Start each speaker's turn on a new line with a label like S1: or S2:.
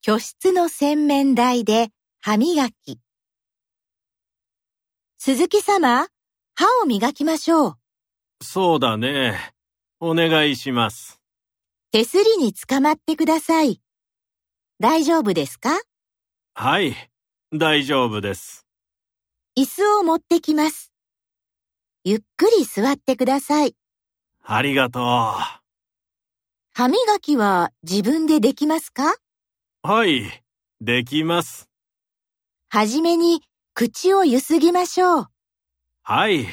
S1: 居室の洗面台で歯磨き。鈴木様、歯を磨きましょう。
S2: そうだね。お願いします。
S1: 手すりにつかまってください。大丈夫ですか
S2: はい。大丈夫です。
S1: 椅子を持ってきます。ゆっくり座ってください。
S2: ありがとう。は
S1: 歯磨きは自分でできますか
S2: い。できます。
S1: はじめに口をゆすぎましょう。
S2: はい。